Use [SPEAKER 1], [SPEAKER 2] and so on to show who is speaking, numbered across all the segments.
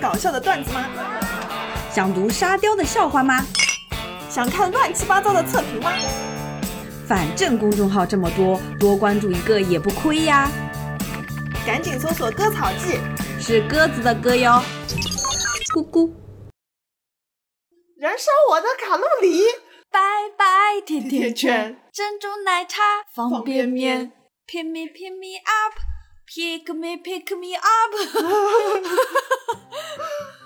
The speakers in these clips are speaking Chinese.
[SPEAKER 1] 搞笑的段子吗？
[SPEAKER 2] 想读沙雕的笑话吗？
[SPEAKER 1] 想看乱七八糟的测评吗？
[SPEAKER 2] 反正公众号这么多，多关注一个也不亏呀。
[SPEAKER 1] 赶紧搜索“割草记
[SPEAKER 2] 是鸽子的歌哟，咕咕。”，
[SPEAKER 1] 燃烧我的卡路里。
[SPEAKER 3] 拜拜甜
[SPEAKER 1] 圈
[SPEAKER 3] 甜圈，珍珠奶茶，方便面，Pick me, pick me up, pick me, pick me up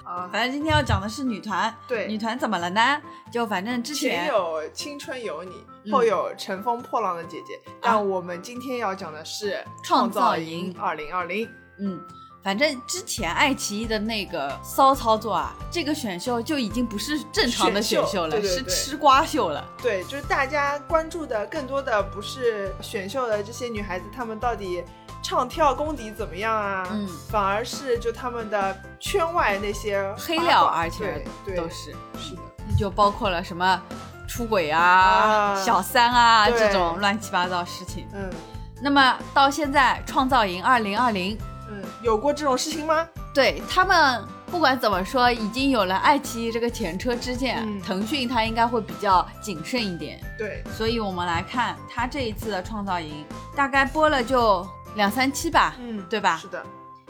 [SPEAKER 1] 啊，
[SPEAKER 3] 反正今天要讲的是女团，
[SPEAKER 1] 对
[SPEAKER 3] 女团怎么了呢？就反正之
[SPEAKER 1] 前
[SPEAKER 3] 前
[SPEAKER 1] 有青春有你，
[SPEAKER 3] 嗯
[SPEAKER 1] 后有乘风破浪的姐姐，但我们今天要讲的是
[SPEAKER 3] 创
[SPEAKER 1] 啊造
[SPEAKER 3] 造
[SPEAKER 1] 营
[SPEAKER 3] 营
[SPEAKER 1] 二零二零。
[SPEAKER 3] 嗯，反正之前爱奇艺的那个骚操作啊，这个选秀就已经不是正常的
[SPEAKER 1] 选
[SPEAKER 3] 选
[SPEAKER 1] 秀
[SPEAKER 3] 秀了，
[SPEAKER 1] 对对对
[SPEAKER 3] 是吃瓜秀了。
[SPEAKER 1] 对，就是大家关注的更多的不是选秀的这些女孩子，她们到底唱跳功底怎么样啊？
[SPEAKER 3] 嗯
[SPEAKER 1] 反而是就她们的圈外那些
[SPEAKER 3] 黑
[SPEAKER 1] 八
[SPEAKER 3] 料，
[SPEAKER 1] 卦
[SPEAKER 3] 而且
[SPEAKER 1] 对对
[SPEAKER 3] 都是，
[SPEAKER 1] 是的，
[SPEAKER 3] 就包括了什么出轨啊、
[SPEAKER 1] 啊
[SPEAKER 3] 小三啊
[SPEAKER 1] 对
[SPEAKER 3] 这种乱七八糟事情。
[SPEAKER 1] 嗯
[SPEAKER 3] 那么到现在，创造营二零二零，
[SPEAKER 1] 嗯，有过这种事情吗？
[SPEAKER 3] 对他们不管怎么说，已经有了爱奇艺这个前车之鉴，
[SPEAKER 1] 嗯
[SPEAKER 3] 腾讯它应该会比较谨慎一点。
[SPEAKER 1] 对，
[SPEAKER 3] 所以我们来看他这一次的创造营，大概播了就两三期吧，
[SPEAKER 1] 嗯，
[SPEAKER 3] 对吧
[SPEAKER 1] 是？的，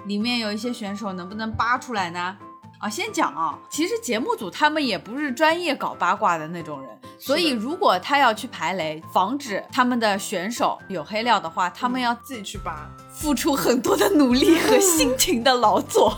[SPEAKER 3] 里面有一些选手能不能扒出来呢？啊，先讲啊，其实节目组他们也不是专业搞八卦的那种人，所以如果他要去排雷，防止他们的选手有黑料的
[SPEAKER 1] 嗯
[SPEAKER 3] 话，他们要
[SPEAKER 1] 自己去扒。
[SPEAKER 3] 付出很多的努力和辛勤的劳 作。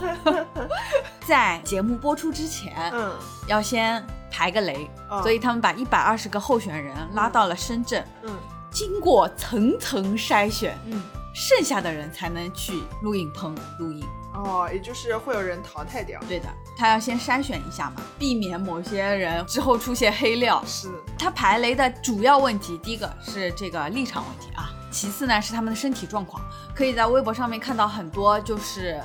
[SPEAKER 3] 在节目播出之前，
[SPEAKER 1] 嗯
[SPEAKER 3] 要先排个雷，
[SPEAKER 1] 嗯
[SPEAKER 3] 所以他们把一百二十个候选人拉到了深圳，
[SPEAKER 1] 嗯
[SPEAKER 3] 经过层层筛选，
[SPEAKER 1] 嗯，
[SPEAKER 3] 剩下的人才能去录影棚录影。
[SPEAKER 1] 哦，也就是会有人淘汰掉。
[SPEAKER 3] 对的，他要先筛选一下嘛，避免某些人之后出现黑料。
[SPEAKER 1] 是，
[SPEAKER 3] 他排雷的主要问题，第一个是这个立场问题啊，其次呢是他们的身体状况。可以在微博上面看到很多就是，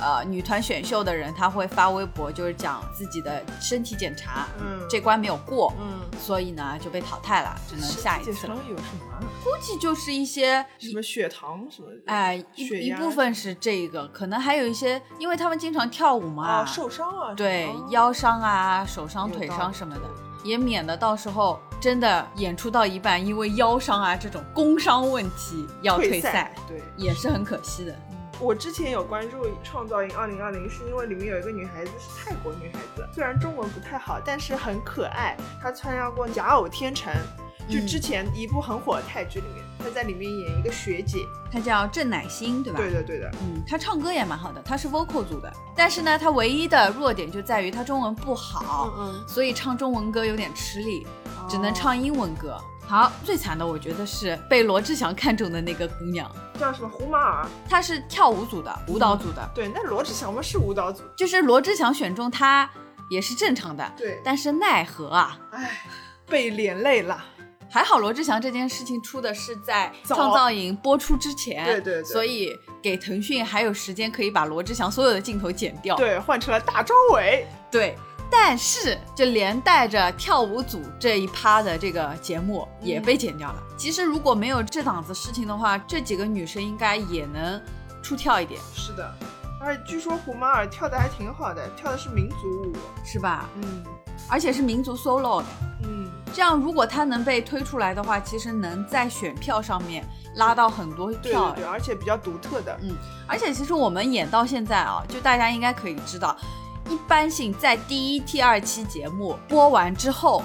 [SPEAKER 3] 呃，女团选秀的人他会发微博，就是讲自己的身体检查，
[SPEAKER 1] 嗯
[SPEAKER 3] 这关没有过，
[SPEAKER 1] 嗯，
[SPEAKER 3] 所以呢就被淘汰了，只能
[SPEAKER 1] 是
[SPEAKER 3] 下一
[SPEAKER 1] 检
[SPEAKER 3] 次
[SPEAKER 1] 查
[SPEAKER 3] 了。
[SPEAKER 1] 有什么啊？
[SPEAKER 3] 估计就是一些
[SPEAKER 1] 什么血糖什么的？
[SPEAKER 3] 哎，一
[SPEAKER 1] 血
[SPEAKER 3] 一
[SPEAKER 1] 压
[SPEAKER 3] 部分是这个，可能还有一些，因为他们经常跳舞嘛，
[SPEAKER 1] 啊，受伤啊，
[SPEAKER 3] 对
[SPEAKER 1] 哦
[SPEAKER 3] 腰伤啊、手伤、
[SPEAKER 1] 有
[SPEAKER 3] 腿
[SPEAKER 1] 道
[SPEAKER 3] 伤
[SPEAKER 1] 理
[SPEAKER 3] 什么的，也免得到时候真的演出到一半，因为腰伤啊这种工伤问题要
[SPEAKER 1] 退
[SPEAKER 3] 退
[SPEAKER 1] 赛，对。
[SPEAKER 3] 也是很可惜的。
[SPEAKER 1] 我之前有关注《创造营2020》，是因为里面有一个女孩子是泰国女孩子，虽然中文不太好，但是很可爱。她参加过《假偶天成》，就
[SPEAKER 3] 嗯
[SPEAKER 1] 之前一部很火的泰剧里面，她在里面演一个学姐。
[SPEAKER 3] 她叫郑乃馨，对吧？
[SPEAKER 1] 对的，对的，
[SPEAKER 3] 嗯，她唱歌也蛮好的，她是 vocal 组的，但是呢，她唯一的弱点就在于她中文不好，
[SPEAKER 1] 嗯
[SPEAKER 3] 所以唱中文歌有点吃力，
[SPEAKER 1] 嗯，
[SPEAKER 3] 哦只能唱英文歌。
[SPEAKER 1] 哦
[SPEAKER 3] 好，最惨的我觉得是被罗志祥看中的那个姑娘，
[SPEAKER 1] 哦叫什么胡马尔。
[SPEAKER 3] 她是跳舞组的，舞蹈组的，
[SPEAKER 1] 对，那罗志祥嘛是舞蹈组，
[SPEAKER 3] 就是罗志祥选中她也是正常的，
[SPEAKER 1] 对，
[SPEAKER 3] 但是奈何啊，
[SPEAKER 1] 唉，被连累了。
[SPEAKER 3] 还好罗志祥这件事情出的是在
[SPEAKER 1] 早
[SPEAKER 3] 创造营播出之前，
[SPEAKER 1] 对对对
[SPEAKER 3] 所以给腾讯还有时间可以把罗志祥所有的镜头剪掉，
[SPEAKER 1] 对，换成了大张伟。
[SPEAKER 3] 对但是就连带着跳舞组这一趴的这个节目
[SPEAKER 1] 嗯
[SPEAKER 3] 也被剪掉了。其实如果没有这档子事情的话，这几个女生应该也能出跳一点，
[SPEAKER 1] 是的，而且据说胡马尔跳的还挺好的，跳的是民族舞。
[SPEAKER 3] 是吧？
[SPEAKER 1] 嗯
[SPEAKER 3] 而且是民族 solo 的。
[SPEAKER 1] 嗯。
[SPEAKER 3] 这样，如果他能被推出来的话，其实能在选票上面拉到很多
[SPEAKER 1] 对
[SPEAKER 3] 票。
[SPEAKER 1] 对对，而且比较独特的。
[SPEAKER 3] 而且，其实我们演到现在啊，就大家应该可以知道，一般性在第一、第二期节目播完之后，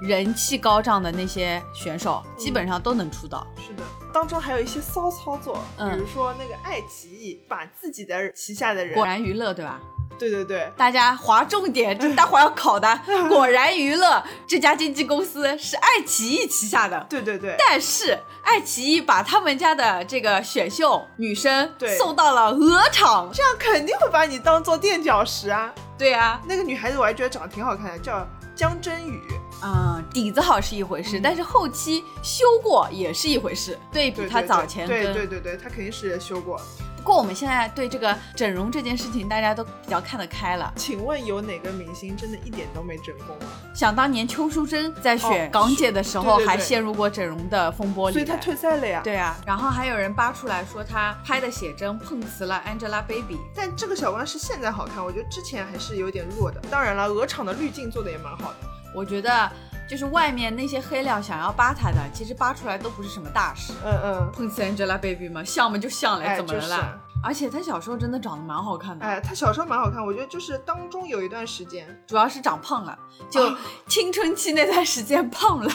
[SPEAKER 3] 人气高涨的那些选手，基本上都能出道。
[SPEAKER 1] 是的，当中还有一些骚操作，比
[SPEAKER 3] 嗯
[SPEAKER 1] 如说那个爱奇艺把自己的旗下的人
[SPEAKER 3] 果，然娱乐，对吧？
[SPEAKER 1] 对对对，
[SPEAKER 3] 大家划重点，这待会儿要 考的。果然娱乐这家经纪公司是爱奇艺旗下的，
[SPEAKER 1] 对对对，
[SPEAKER 3] 但是爱奇艺把他们家的这个选秀女生
[SPEAKER 1] 对
[SPEAKER 3] 送到了鹅厂。
[SPEAKER 1] 这样肯定会把你当做垫脚石啊。
[SPEAKER 3] 对啊，
[SPEAKER 1] 那个女孩子我还觉得长得挺好看的，叫江真宇，
[SPEAKER 3] 嗯，底子好是一回事，
[SPEAKER 1] 嗯
[SPEAKER 3] 但是后期修过也是一回事。对
[SPEAKER 1] 对
[SPEAKER 3] 比他
[SPEAKER 1] 对
[SPEAKER 3] 早
[SPEAKER 1] 对
[SPEAKER 3] 前跟
[SPEAKER 1] 对对对对，她肯定是修过，
[SPEAKER 3] 不过我们现在对这个整容这件事情，大家都比较看得开了。
[SPEAKER 1] 请问有哪个明星真的一点都没啊整过吗？
[SPEAKER 3] 想当年邱淑贞在选
[SPEAKER 1] 哦
[SPEAKER 3] 港姐的时
[SPEAKER 1] 对
[SPEAKER 3] 候，
[SPEAKER 1] 对对
[SPEAKER 3] 还陷入过整容的风波里
[SPEAKER 1] 所
[SPEAKER 3] 来，
[SPEAKER 1] 以他退赛了呀。，
[SPEAKER 3] 对啊，然后还有人扒出来说他拍的写真碰瓷了 Angelababy，
[SPEAKER 1] 但这个小关是现在好看，我觉得之前还是有点弱的。当然了，鹅厂的滤镜做的也蛮好的。
[SPEAKER 3] 我觉得就是外面那些黑料想要扒他的，其实扒出来都不是什么大事。
[SPEAKER 1] 嗯嗯，
[SPEAKER 3] 碰瓷 Angelababy 嘛，像嘛就像嘞，
[SPEAKER 1] 哎
[SPEAKER 3] 怎么了
[SPEAKER 1] 就是
[SPEAKER 3] 啦
[SPEAKER 1] 啊？
[SPEAKER 3] 而且她小时候真的长得蛮好看的，
[SPEAKER 1] 哎，他小时候蛮好看，我觉得就是当中有一段时间，
[SPEAKER 3] 主要是长胖
[SPEAKER 1] 啊
[SPEAKER 3] 了，就青春期那段时间胖了，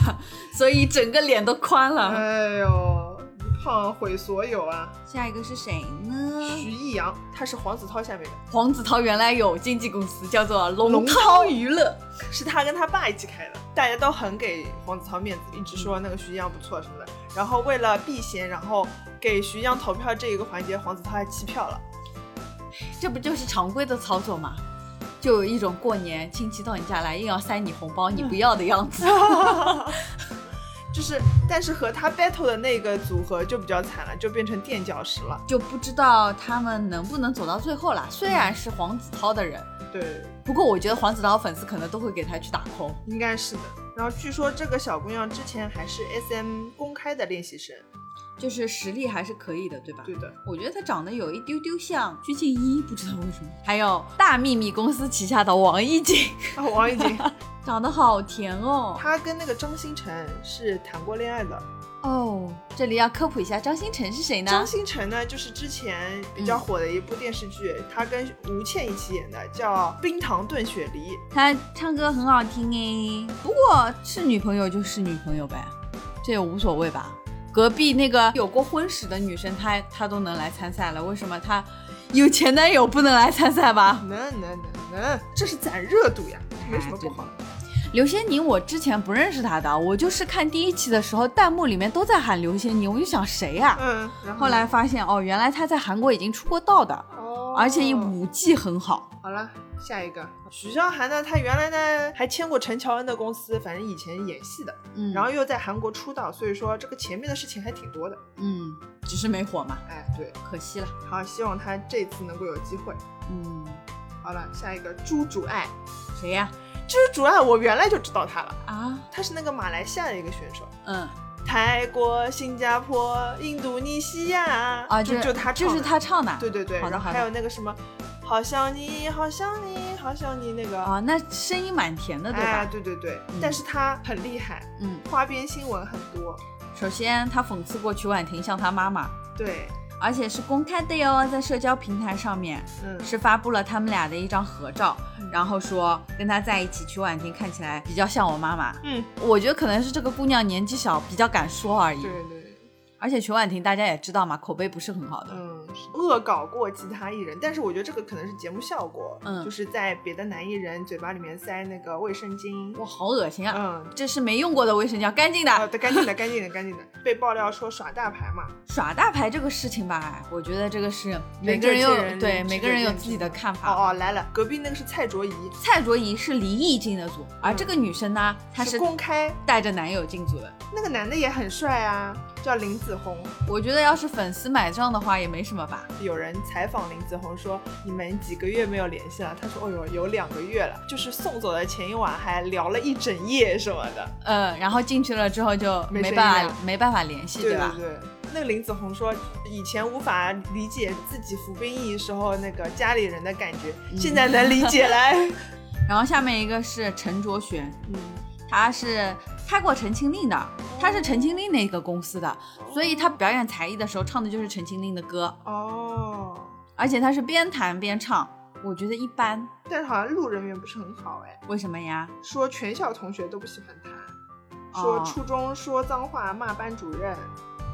[SPEAKER 3] 所以整个脸都宽了。
[SPEAKER 1] 哎呦，一胖毁所有啊！
[SPEAKER 3] 下一个是谁呢？
[SPEAKER 1] 徐艺洋，他是黄子韬下面的，
[SPEAKER 3] 黄子韬原来有经纪公司叫做龙
[SPEAKER 1] 龙
[SPEAKER 3] 韬
[SPEAKER 1] 韬
[SPEAKER 3] 娱乐，
[SPEAKER 1] 是他跟他爸一起开的，大家都很给黄子韬面子，一直说那个徐艺洋不错什么的。然后为了避嫌，然后给徐艺洋投票这一个环节，黄子韬还弃票了。
[SPEAKER 3] 这不就是常规的操作吗？就有一种过年亲戚到你家来硬要塞你红包
[SPEAKER 1] 嗯
[SPEAKER 3] 你不要的样 子。
[SPEAKER 1] 就是，但是和他 battle 的那个组合就比较惨了，就变成垫脚石了。
[SPEAKER 3] 就不知道他们能不能走到最后啦。虽然是黄子韬的人，
[SPEAKER 1] 对，
[SPEAKER 3] 不过我觉得黄子韬粉丝可能都会给他去打 call。
[SPEAKER 1] 应该是的。然后据说这个小姑娘之前还是 SM 公开的练习生，
[SPEAKER 3] 就是实力还是可以的，对吧？
[SPEAKER 1] 对的。
[SPEAKER 3] 我觉得他长得有一丢丢像鞠婧祎，不知道为什么。还有大秘密公司旗下的王艺瑾，
[SPEAKER 1] 啊，王艺瑾，
[SPEAKER 3] 长得好甜哦。
[SPEAKER 1] 她跟那个张新成是谈过恋爱的。
[SPEAKER 3] 哦，这里要科普一下，张新成是谁呢
[SPEAKER 1] 张？新成呢，就是之前比较火的一部电视剧，他跟吴倩一起演的，叫《冰糖炖雪梨》。
[SPEAKER 3] 他唱歌很好听诶，不过是女朋友就是女朋友呗，这也无所谓吧。隔壁那个有过婚史的女生，她她都能来参赛了，为什么她有前男友不能来参赛吧？
[SPEAKER 1] 能能能能，这是攒热度呀，没什么不好。
[SPEAKER 3] 刘仙妮，我之前不认识她的，我就是看第一期的时候，弹幕里面都在喊刘仙妮，我就想谁呀、
[SPEAKER 1] 嗯，然后
[SPEAKER 3] 后来发现哦，原来她在韩国已经出过道的，
[SPEAKER 1] 哦
[SPEAKER 3] 而且舞技很好。
[SPEAKER 1] 好了，下一个许绍涵呢，他原来呢还签过陈乔恩的公司，反正以前演戏的，
[SPEAKER 3] 嗯，
[SPEAKER 1] 哦然后又在韩国出道，所以说这个前面的事情还挺多的。
[SPEAKER 3] 嗯，只是没火嘛，
[SPEAKER 1] 哎，对，
[SPEAKER 3] 可惜了。
[SPEAKER 1] 好，希望他这次能够有机会。
[SPEAKER 3] 嗯，
[SPEAKER 1] 好了，下一个朱主爱，
[SPEAKER 3] 谁呀、
[SPEAKER 1] 朱主爱我原来就知道他了，
[SPEAKER 3] 啊，
[SPEAKER 1] 他是那个马来西亚的一个选手。
[SPEAKER 3] 嗯。
[SPEAKER 1] 泰国、新加坡、印度尼西亚
[SPEAKER 3] 啊，
[SPEAKER 1] 就就他唱
[SPEAKER 3] 就
[SPEAKER 1] 的
[SPEAKER 3] 是他，唱的，
[SPEAKER 1] 对对对，
[SPEAKER 3] 好的
[SPEAKER 1] 然后
[SPEAKER 3] 好的
[SPEAKER 1] 还有那个什么，好想你，好想你，好想你那个，
[SPEAKER 3] 啊，那声音蛮甜的，对吧？
[SPEAKER 1] 哎，对对对，但是他很厉害，
[SPEAKER 3] 嗯，
[SPEAKER 1] 花边新闻很多，
[SPEAKER 3] 首先他讽刺过曲婉婷像他妈妈，
[SPEAKER 1] 对，
[SPEAKER 3] 而且是公开的哟，在社交平台上面
[SPEAKER 1] 嗯，
[SPEAKER 3] 是发布了他们俩的一张合照，
[SPEAKER 1] 嗯
[SPEAKER 3] 然后说跟他在一起，曲婉婷看起来比较像我妈妈。
[SPEAKER 1] 嗯，
[SPEAKER 3] 我觉得可能是这个姑娘年纪小，比较敢说而已
[SPEAKER 1] 对。对对，
[SPEAKER 3] 而且曲婉婷大家也知道嘛，口碑不是很好的。
[SPEAKER 1] 嗯，恶搞过其他艺人，但是我觉得这个可能是节目效果，
[SPEAKER 3] 嗯
[SPEAKER 1] 就是在别的男艺人嘴巴里面塞那个卫生巾，
[SPEAKER 3] 哇，好恶心啊！
[SPEAKER 1] 嗯，
[SPEAKER 3] 这是没用过的卫生巾，干净的。
[SPEAKER 1] 啊，对，干净的，干净的，干净的，被爆料说耍大牌嘛，
[SPEAKER 3] 耍大牌这个事情吧，哎我觉得这个是每
[SPEAKER 1] 仁
[SPEAKER 3] 个人
[SPEAKER 1] 者
[SPEAKER 3] 有
[SPEAKER 1] 见仁
[SPEAKER 3] 对
[SPEAKER 1] 智
[SPEAKER 3] 每
[SPEAKER 1] 者
[SPEAKER 3] 个人有
[SPEAKER 1] 见
[SPEAKER 3] 自己
[SPEAKER 1] 智
[SPEAKER 3] 的看法。
[SPEAKER 1] 哦哦，来了，隔壁那个是蔡卓宜，
[SPEAKER 3] 蔡卓宜是离异进的组，而
[SPEAKER 1] 嗯
[SPEAKER 3] 这个女生呢，她是
[SPEAKER 1] 公开，
[SPEAKER 3] 带着男友进组的。
[SPEAKER 1] 那个男的也很帅啊，叫林子闳。
[SPEAKER 3] 我觉得要是粉丝买账的话，也没什么吧。
[SPEAKER 1] 有人采访林子闳说：“你们几个月没有联系了？”他说：“哦呦，有两个月了。”就是送走的前一晚还聊了一整夜什么的。
[SPEAKER 3] 呃，然后进去了之后就
[SPEAKER 1] 没
[SPEAKER 3] 没
[SPEAKER 1] 声
[SPEAKER 3] 办
[SPEAKER 1] 音
[SPEAKER 3] 法
[SPEAKER 1] 了
[SPEAKER 3] 没办法联系，
[SPEAKER 1] 对
[SPEAKER 3] 吧？
[SPEAKER 1] 对，那个林子闳说，以前无法理解自己服兵役时候那个家里人的感觉，
[SPEAKER 3] 嗯
[SPEAKER 1] 现在能理解 来。
[SPEAKER 3] 然后下面一个是陈卓璇，
[SPEAKER 1] 嗯，
[SPEAKER 3] 她是拍过《陈情令》的，她是陈情令那个公司的，所以她表演才艺的时候唱的就是陈情令的歌，
[SPEAKER 1] 哦，
[SPEAKER 3] 而且她是边弹边唱，我觉得一般。
[SPEAKER 1] 但是好像路人缘不是很好哎，
[SPEAKER 3] 为什么呀？
[SPEAKER 1] 说全校同学都不喜欢他，说
[SPEAKER 3] 哦
[SPEAKER 1] 初中说脏话骂班主任，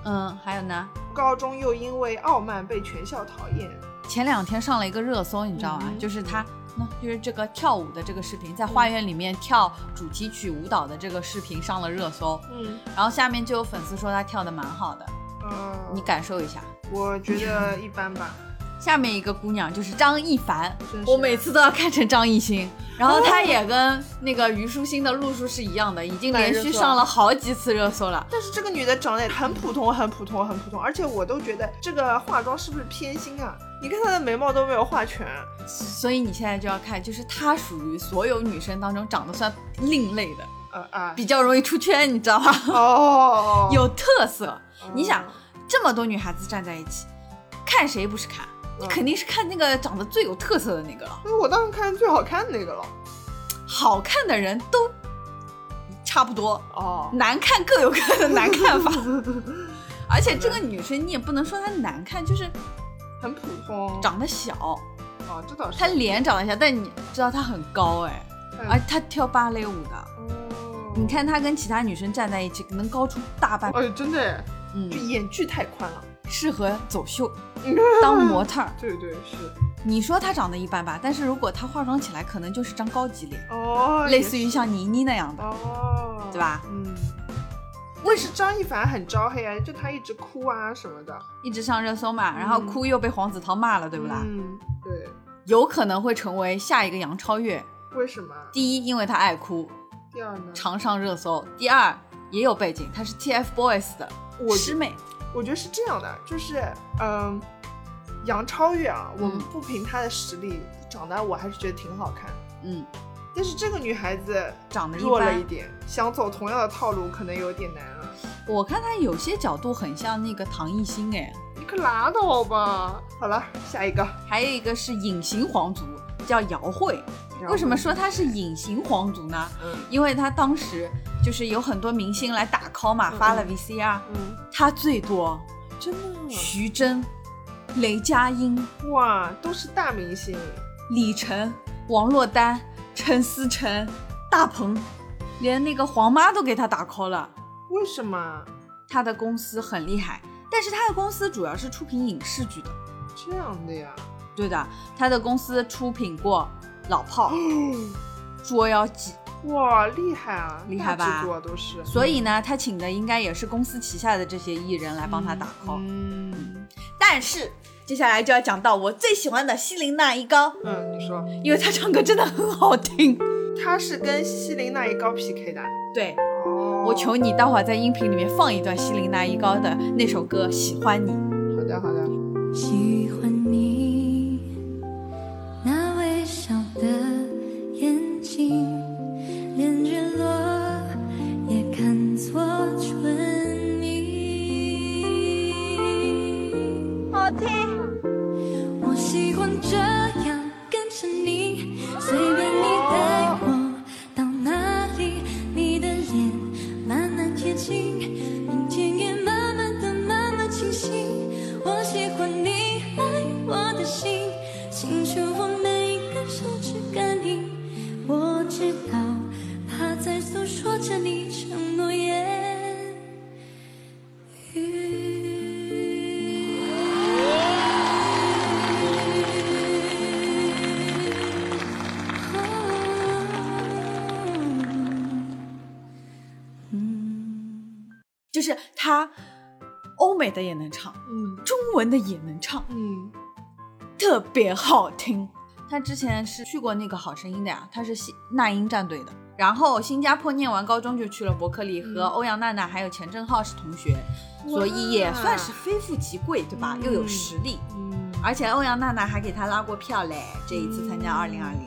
[SPEAKER 3] 嗯，还有呢，
[SPEAKER 1] 高中又因为傲慢被全校讨厌。
[SPEAKER 3] 前两天上了一个热搜，你知道吗？
[SPEAKER 1] 嗯
[SPEAKER 3] 就是他，那就是这个跳舞的这个视频，在花园里面跳主题曲舞蹈的这个视频上了热搜，
[SPEAKER 1] 嗯，
[SPEAKER 3] 然后下面就有粉丝说他跳的蛮好的，
[SPEAKER 1] 呃
[SPEAKER 3] 你感受一下。
[SPEAKER 1] 我觉得一般吧。
[SPEAKER 3] 下面一个姑娘就是张艺凡
[SPEAKER 1] 真，是
[SPEAKER 3] 我每次都要看成张艺兴，然后她也跟那个虞书欣的路数是一样的，已经连续上了好几次热搜了。
[SPEAKER 1] 但是这个女的长得也很普通，很普通，很普通，而且我都觉得这个化妆是不是偏心啊？你看她的眉毛都没有画全，
[SPEAKER 3] 所以你现在就要看，就是她属于所有女生当中长得算另类的，
[SPEAKER 1] 呃啊，
[SPEAKER 3] 比较容易出圈，你知道吗？
[SPEAKER 1] 哦，
[SPEAKER 3] 有特色。
[SPEAKER 1] 嗯
[SPEAKER 3] 你想，这么多女孩子站在一起，看谁不是看？你
[SPEAKER 1] 嗯
[SPEAKER 3] 肯定是看那个长得最有特色的那个了。
[SPEAKER 1] 那我当然看最好看的那个了。
[SPEAKER 3] 好看的人都差不多，
[SPEAKER 1] 哦，
[SPEAKER 3] 难看各有各的难看 法。而且这个女生你也不能说她难看，就是
[SPEAKER 1] 很普通。
[SPEAKER 3] 长得小，
[SPEAKER 1] 哦，这倒是。
[SPEAKER 3] 她脸长得小，但你知道她很高哎，
[SPEAKER 1] 嗯
[SPEAKER 3] 而她跳芭蕾舞的，
[SPEAKER 1] 哦
[SPEAKER 3] 你，看她跟其他女生站在一起，能高出大半，
[SPEAKER 1] 哎，真的耶，
[SPEAKER 3] 嗯
[SPEAKER 1] 就，眼距太宽了。
[SPEAKER 3] 适合走 秀，当模特儿。
[SPEAKER 1] 对对是。
[SPEAKER 3] 你说她长得一般吧，但是如果她化妆起来，可能就是张高级脸，
[SPEAKER 1] 哦，
[SPEAKER 3] 类似于
[SPEAKER 1] 也是
[SPEAKER 3] 像倪妮那样的。
[SPEAKER 1] 哦，
[SPEAKER 3] 对吧？
[SPEAKER 1] 嗯。为是张一凡很招黑啊，就他一直哭啊什么的，
[SPEAKER 3] 一直上热搜嘛，然后哭又被黄子韬骂了，对不啦？
[SPEAKER 1] 嗯，对。
[SPEAKER 3] 有可能会成为下一个杨超越。
[SPEAKER 1] 为什么？
[SPEAKER 3] 第一，因为她爱哭，
[SPEAKER 1] 第二呢？
[SPEAKER 3] 常上热搜；第二，也有背景，她是 TFBOYS 的
[SPEAKER 1] 我
[SPEAKER 3] 师妹。
[SPEAKER 1] 我觉得是这样的，就是嗯，杨超越啊，我们
[SPEAKER 3] 嗯
[SPEAKER 1] 不凭她的实力，长得我还是觉得挺好看。
[SPEAKER 3] 嗯，
[SPEAKER 1] 但是这个女孩子
[SPEAKER 3] 长得一
[SPEAKER 1] 弱了
[SPEAKER 3] 般
[SPEAKER 1] 一点，想走同样的套路可能有点难啊。
[SPEAKER 3] 我看她有些角度很像那个唐艺昕哎，
[SPEAKER 1] 你可拉倒吧！好了，下一个。
[SPEAKER 3] 还有一个是隐形皇族，叫姚慧。为什么说她是隐形皇族呢？
[SPEAKER 1] 嗯
[SPEAKER 3] 因为她当时就是有很多明星来打 call 嘛，
[SPEAKER 1] 嗯
[SPEAKER 3] 发了 VCR，
[SPEAKER 1] 嗯，
[SPEAKER 3] 她最多，
[SPEAKER 1] 真的
[SPEAKER 3] 徐峥、雷佳音、
[SPEAKER 1] 哇，都是大明星，
[SPEAKER 3] 李晨、王珞丹、陈思诚、大鹏，连那个黄妈都给他打 call 了。
[SPEAKER 1] 为什么
[SPEAKER 3] 他的公司很厉害，但是他的公司主要是出品影视剧的。
[SPEAKER 1] 这样的呀？
[SPEAKER 3] 对的，他的公司出品过《老 炮》《捉妖记
[SPEAKER 1] 哇，厉害啊！
[SPEAKER 3] 厉害吧
[SPEAKER 1] 大制作都是，》，
[SPEAKER 3] 所以呢，他请的应该也是公司旗下的这些艺人来帮他打 call。
[SPEAKER 1] 嗯
[SPEAKER 3] 但是接下来就要讲到我最喜欢的西林娜依高，
[SPEAKER 1] 嗯，你说
[SPEAKER 3] 因为她唱歌真的很好听。
[SPEAKER 1] 他是跟西林那一高 PK 的？
[SPEAKER 3] 对，
[SPEAKER 1] 哦
[SPEAKER 3] 我求你待会儿在音频里面放一段西林娜依高的那首歌《喜欢你》。
[SPEAKER 1] 好的好的，
[SPEAKER 4] 喜欢你那微笑的眼睛，连日落也看作春意。好听。我喜欢这样跟着你，随便你带我到哪里，你的脸慢慢贴近，明天也慢慢的慢慢清醒。我喜欢你爱我的心，清楚我每个手指感应。我知道他在诉说着你承诺言语。
[SPEAKER 3] 就是他欧美的也能唱，
[SPEAKER 1] 嗯
[SPEAKER 3] 中文的也能唱，
[SPEAKER 1] 嗯
[SPEAKER 3] 特别好听。他之前是去过那个《好声音》的呀，他是新那英战队的。然后新加坡念完高中就去了伯克利，和欧阳娜娜还有钱正浩是同学，所以也算是非富即贵，对吧？
[SPEAKER 1] 嗯
[SPEAKER 3] 又有实力，
[SPEAKER 1] 嗯，
[SPEAKER 3] 而且欧阳娜娜还给他拉过票嘞。这一次参加二零二零，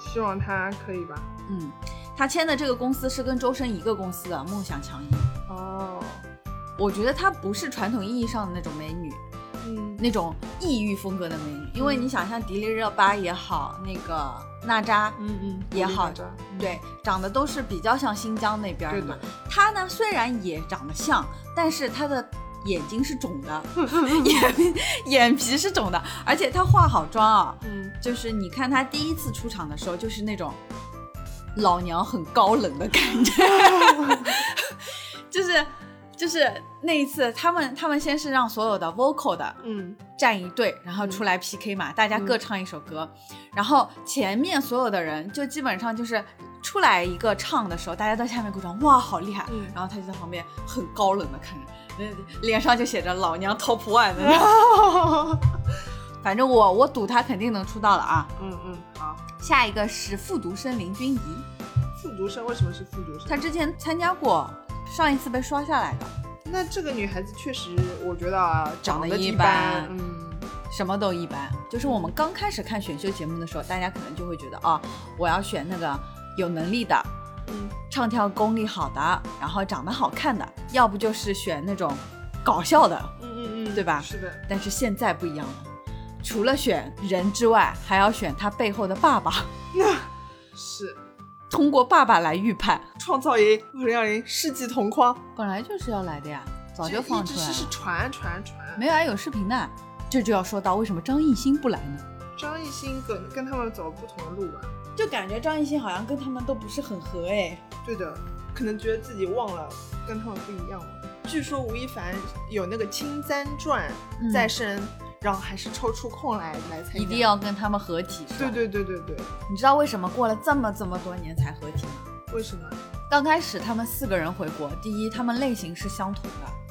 [SPEAKER 1] 希望他可以吧？
[SPEAKER 3] 嗯，他签的这个公司是跟周深一个公司的梦想强音。
[SPEAKER 1] 哦，
[SPEAKER 3] 我觉得她不是传统意义上的那种美女，
[SPEAKER 1] 嗯
[SPEAKER 3] 那种异域风格的美女，因为你想像迪丽热巴也好，那个娜扎，
[SPEAKER 1] 嗯嗯
[SPEAKER 3] 也好
[SPEAKER 1] 着，
[SPEAKER 3] 对，长得都是比较像新疆那边
[SPEAKER 1] 对
[SPEAKER 3] 的嘛
[SPEAKER 1] 的。，
[SPEAKER 3] 她呢虽然也长得像，但是她的眼睛是 肿的，眼眼皮是肿的，而且她化好妆啊，
[SPEAKER 1] 嗯，
[SPEAKER 3] 就是你看她第一次出场的时候，就是那种老娘很高冷的感 觉，就是就是那一次，他们他们先是让所有的 vocal 的
[SPEAKER 1] 嗯
[SPEAKER 3] 站一队，然后出来 PK 嘛，大家各唱一首歌，然后前面所有的人就基本上就是出来一个唱的时候，大家到下面鼓掌，哇，好厉害！
[SPEAKER 1] 嗯
[SPEAKER 3] 然后他就在旁边很高冷的看着，呃脸上就写着“老娘 top one” 的那种，
[SPEAKER 1] 哦
[SPEAKER 3] 反正我我赌他肯定能出道了啊。
[SPEAKER 1] 嗯嗯，好。
[SPEAKER 3] 下一个是复读生林君怡，
[SPEAKER 1] 复读生为什么是复读生？
[SPEAKER 3] 她之前参加过，上一次被刷下来的，
[SPEAKER 1] 那这个女孩子确实，我觉得啊，
[SPEAKER 3] 长
[SPEAKER 1] 得
[SPEAKER 3] 得一
[SPEAKER 1] 般
[SPEAKER 3] 般，
[SPEAKER 1] 嗯，
[SPEAKER 3] 什么都一般。就是我们刚开始看选秀节目的时候，大家可能就会觉得哦，我要选那个有能力的，
[SPEAKER 1] 嗯，
[SPEAKER 3] 唱跳功力好的，然后长得好看的，要不就是选那种搞笑的。
[SPEAKER 1] 嗯嗯嗯，
[SPEAKER 3] 对吧
[SPEAKER 1] 是的，
[SPEAKER 3] 但是现在不一样了，除了选人之外，还要选他背后的爸爸，
[SPEAKER 1] 是
[SPEAKER 3] 通过爸爸来预判。
[SPEAKER 1] 创造营二零二零世纪同框，
[SPEAKER 3] 本来就是要来的呀，早
[SPEAKER 1] 这
[SPEAKER 3] 就放
[SPEAKER 1] 一
[SPEAKER 3] 出
[SPEAKER 1] 直
[SPEAKER 3] 来
[SPEAKER 1] 是是
[SPEAKER 3] 了。
[SPEAKER 1] 传传传，
[SPEAKER 3] 没有啊，有视频的。这就要说到为什么张艺兴不来呢？
[SPEAKER 1] 张艺兴跟跟他们走不同的路啊吧，
[SPEAKER 3] 就感觉张艺兴好像跟他们都不是很合哎。
[SPEAKER 1] 对的，可能觉得自己忘了跟他们不一样了。据说吴亦凡有那个青簪传
[SPEAKER 3] 嗯
[SPEAKER 1] 在身，然后还是抽出空来来参加，
[SPEAKER 3] 一定，要跟他们合体。是吧
[SPEAKER 1] 对，对对对对，
[SPEAKER 3] 你知道为什么过了这么这么多年才合体吗？
[SPEAKER 1] 为什么？
[SPEAKER 3] 刚开始他们四个人回国，第一他们类型是相同的，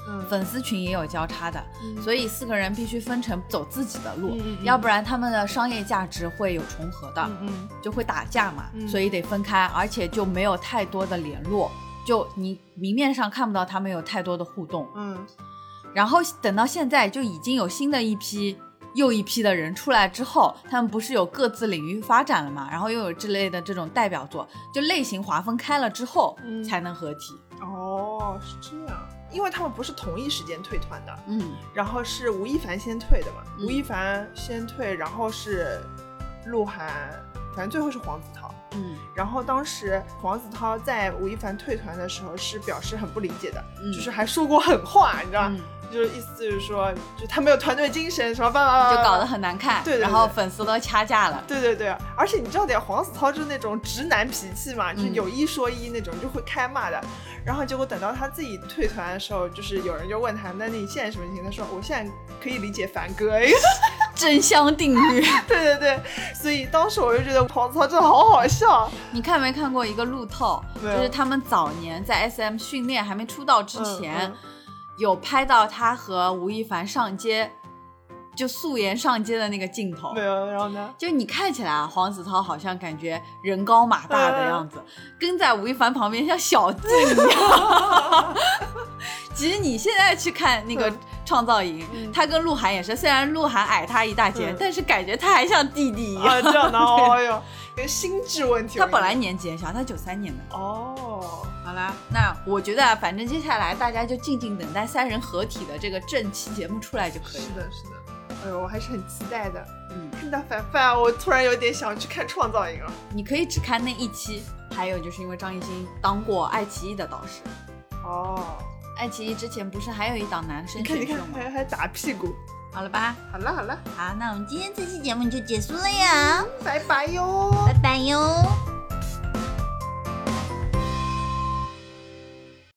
[SPEAKER 1] 嗯，
[SPEAKER 3] 粉丝群也有交叉的，
[SPEAKER 1] 嗯
[SPEAKER 3] 所以四个人必须分成走自己的路，
[SPEAKER 1] 嗯嗯嗯
[SPEAKER 3] 要不然他们的商业价值会有重合的。
[SPEAKER 1] 嗯嗯
[SPEAKER 3] 就会打架嘛，
[SPEAKER 1] 嗯
[SPEAKER 3] 所以得分开，而且就没有太多的联络，就你明面上看不到他们有太多的互动。
[SPEAKER 1] 嗯，
[SPEAKER 3] 然后等到现在，就已经有新的一批又一批的人出来之后，他们不是有各自领域发展了嘛，然后又有之类的这种代表作，就类型划分开了之后、
[SPEAKER 1] 嗯
[SPEAKER 3] 才能合体。
[SPEAKER 1] 哦，是这样，因为他们不是同一时间退团的，
[SPEAKER 3] 嗯，
[SPEAKER 1] 然后是吴亦凡先退的嘛，
[SPEAKER 3] 嗯
[SPEAKER 1] 吴亦凡先退，然后是鹿晗，反正最后是黄子韬。
[SPEAKER 3] 嗯，
[SPEAKER 1] 然后当时黄子韬在吴亦凡退团的时候是表示很不理解的，
[SPEAKER 3] 嗯
[SPEAKER 1] 就是还说过狠话，你知道吗？
[SPEAKER 3] 嗯
[SPEAKER 1] 就是意思就是说，就他没有团队精神，什么吧吧吧吧，
[SPEAKER 3] 就搞得。很难看，
[SPEAKER 1] 对对对
[SPEAKER 3] 然后粉丝都掐架了。
[SPEAKER 1] 对对对，而且你知道点黄子韬就是那种直男脾气嘛，
[SPEAKER 3] 嗯
[SPEAKER 1] 就是有一说一那种，就会开骂的。然后结果等到他自己退团的时候，就是有人就问他，那你现在什么心情？他说我现在可以理解凡哥。
[SPEAKER 3] 真香定律，
[SPEAKER 1] 对对对，所以当时我就觉得黄子韬真的好好笑。
[SPEAKER 3] 你看没看过一个路透？
[SPEAKER 1] 没有
[SPEAKER 3] 就是他们早年在 SM 训练还没出道之前，
[SPEAKER 1] 嗯嗯
[SPEAKER 3] 有拍到他和吴亦凡上街，就素颜上街的那个镜头
[SPEAKER 1] 没。有，然后呢？
[SPEAKER 3] 就你看起来啊，黄子韬好像感觉人高马大
[SPEAKER 1] 嗯
[SPEAKER 3] 的样子，跟在吴亦凡旁边像小弟一 样。其实你现在去看那个
[SPEAKER 1] 嗯
[SPEAKER 3] 创造营，
[SPEAKER 1] 嗯
[SPEAKER 3] 他跟鹿晗也是，虽然鹿晗矮他一大截，
[SPEAKER 1] 嗯
[SPEAKER 3] 但是感觉他还像弟弟一样。
[SPEAKER 1] 啊，这样 的，哦哟，跟心智问题有
[SPEAKER 3] 他
[SPEAKER 1] 关。
[SPEAKER 3] 本来年纪也小，他九三年的。
[SPEAKER 1] 哦，
[SPEAKER 3] 好啦，那我觉得啊反正接下来大家就静静等待三人合体的这个正期节目出来就可以
[SPEAKER 1] 是
[SPEAKER 3] 了。
[SPEAKER 1] 的，是的。哎呦，我还是很期待的。
[SPEAKER 3] 嗯，
[SPEAKER 1] 看到凡凡，我突然有点想去看创造营了。
[SPEAKER 3] 你可以只看那一期，还有就是因为张艺兴当过爱奇艺的导师，
[SPEAKER 1] 哦，
[SPEAKER 3] 爱奇艺之前不是还有一档男
[SPEAKER 1] 你
[SPEAKER 3] 生
[SPEAKER 1] 看，你
[SPEAKER 3] 选
[SPEAKER 1] 看
[SPEAKER 3] 秀，吗？
[SPEAKER 1] 还还打屁股。
[SPEAKER 3] 好了吧，
[SPEAKER 1] 好了好了，
[SPEAKER 3] 好，那我们今天这期节目就结束了呀，
[SPEAKER 1] 拜拜哟。
[SPEAKER 3] 拜拜哟。